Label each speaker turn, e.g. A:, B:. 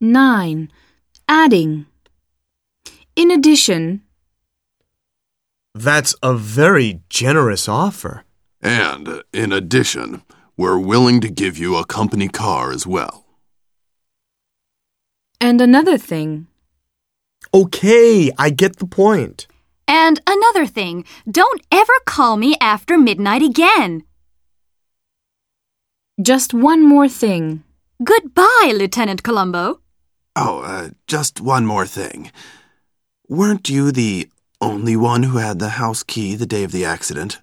A: 9. Adding. In addition,
B: That's a very generous offer.
C: And, in addition, we're willing to give you a company car as well.
A: and another thing.
B: Okay, I get the point.
D: And another thing, don't ever call me after midnight again.
A: Just one more thing.
D: Goodbye, Lieutenant Colombo.
C: Oh, uh, just one more thing. Weren't you the only one who had the house key the day of the accident?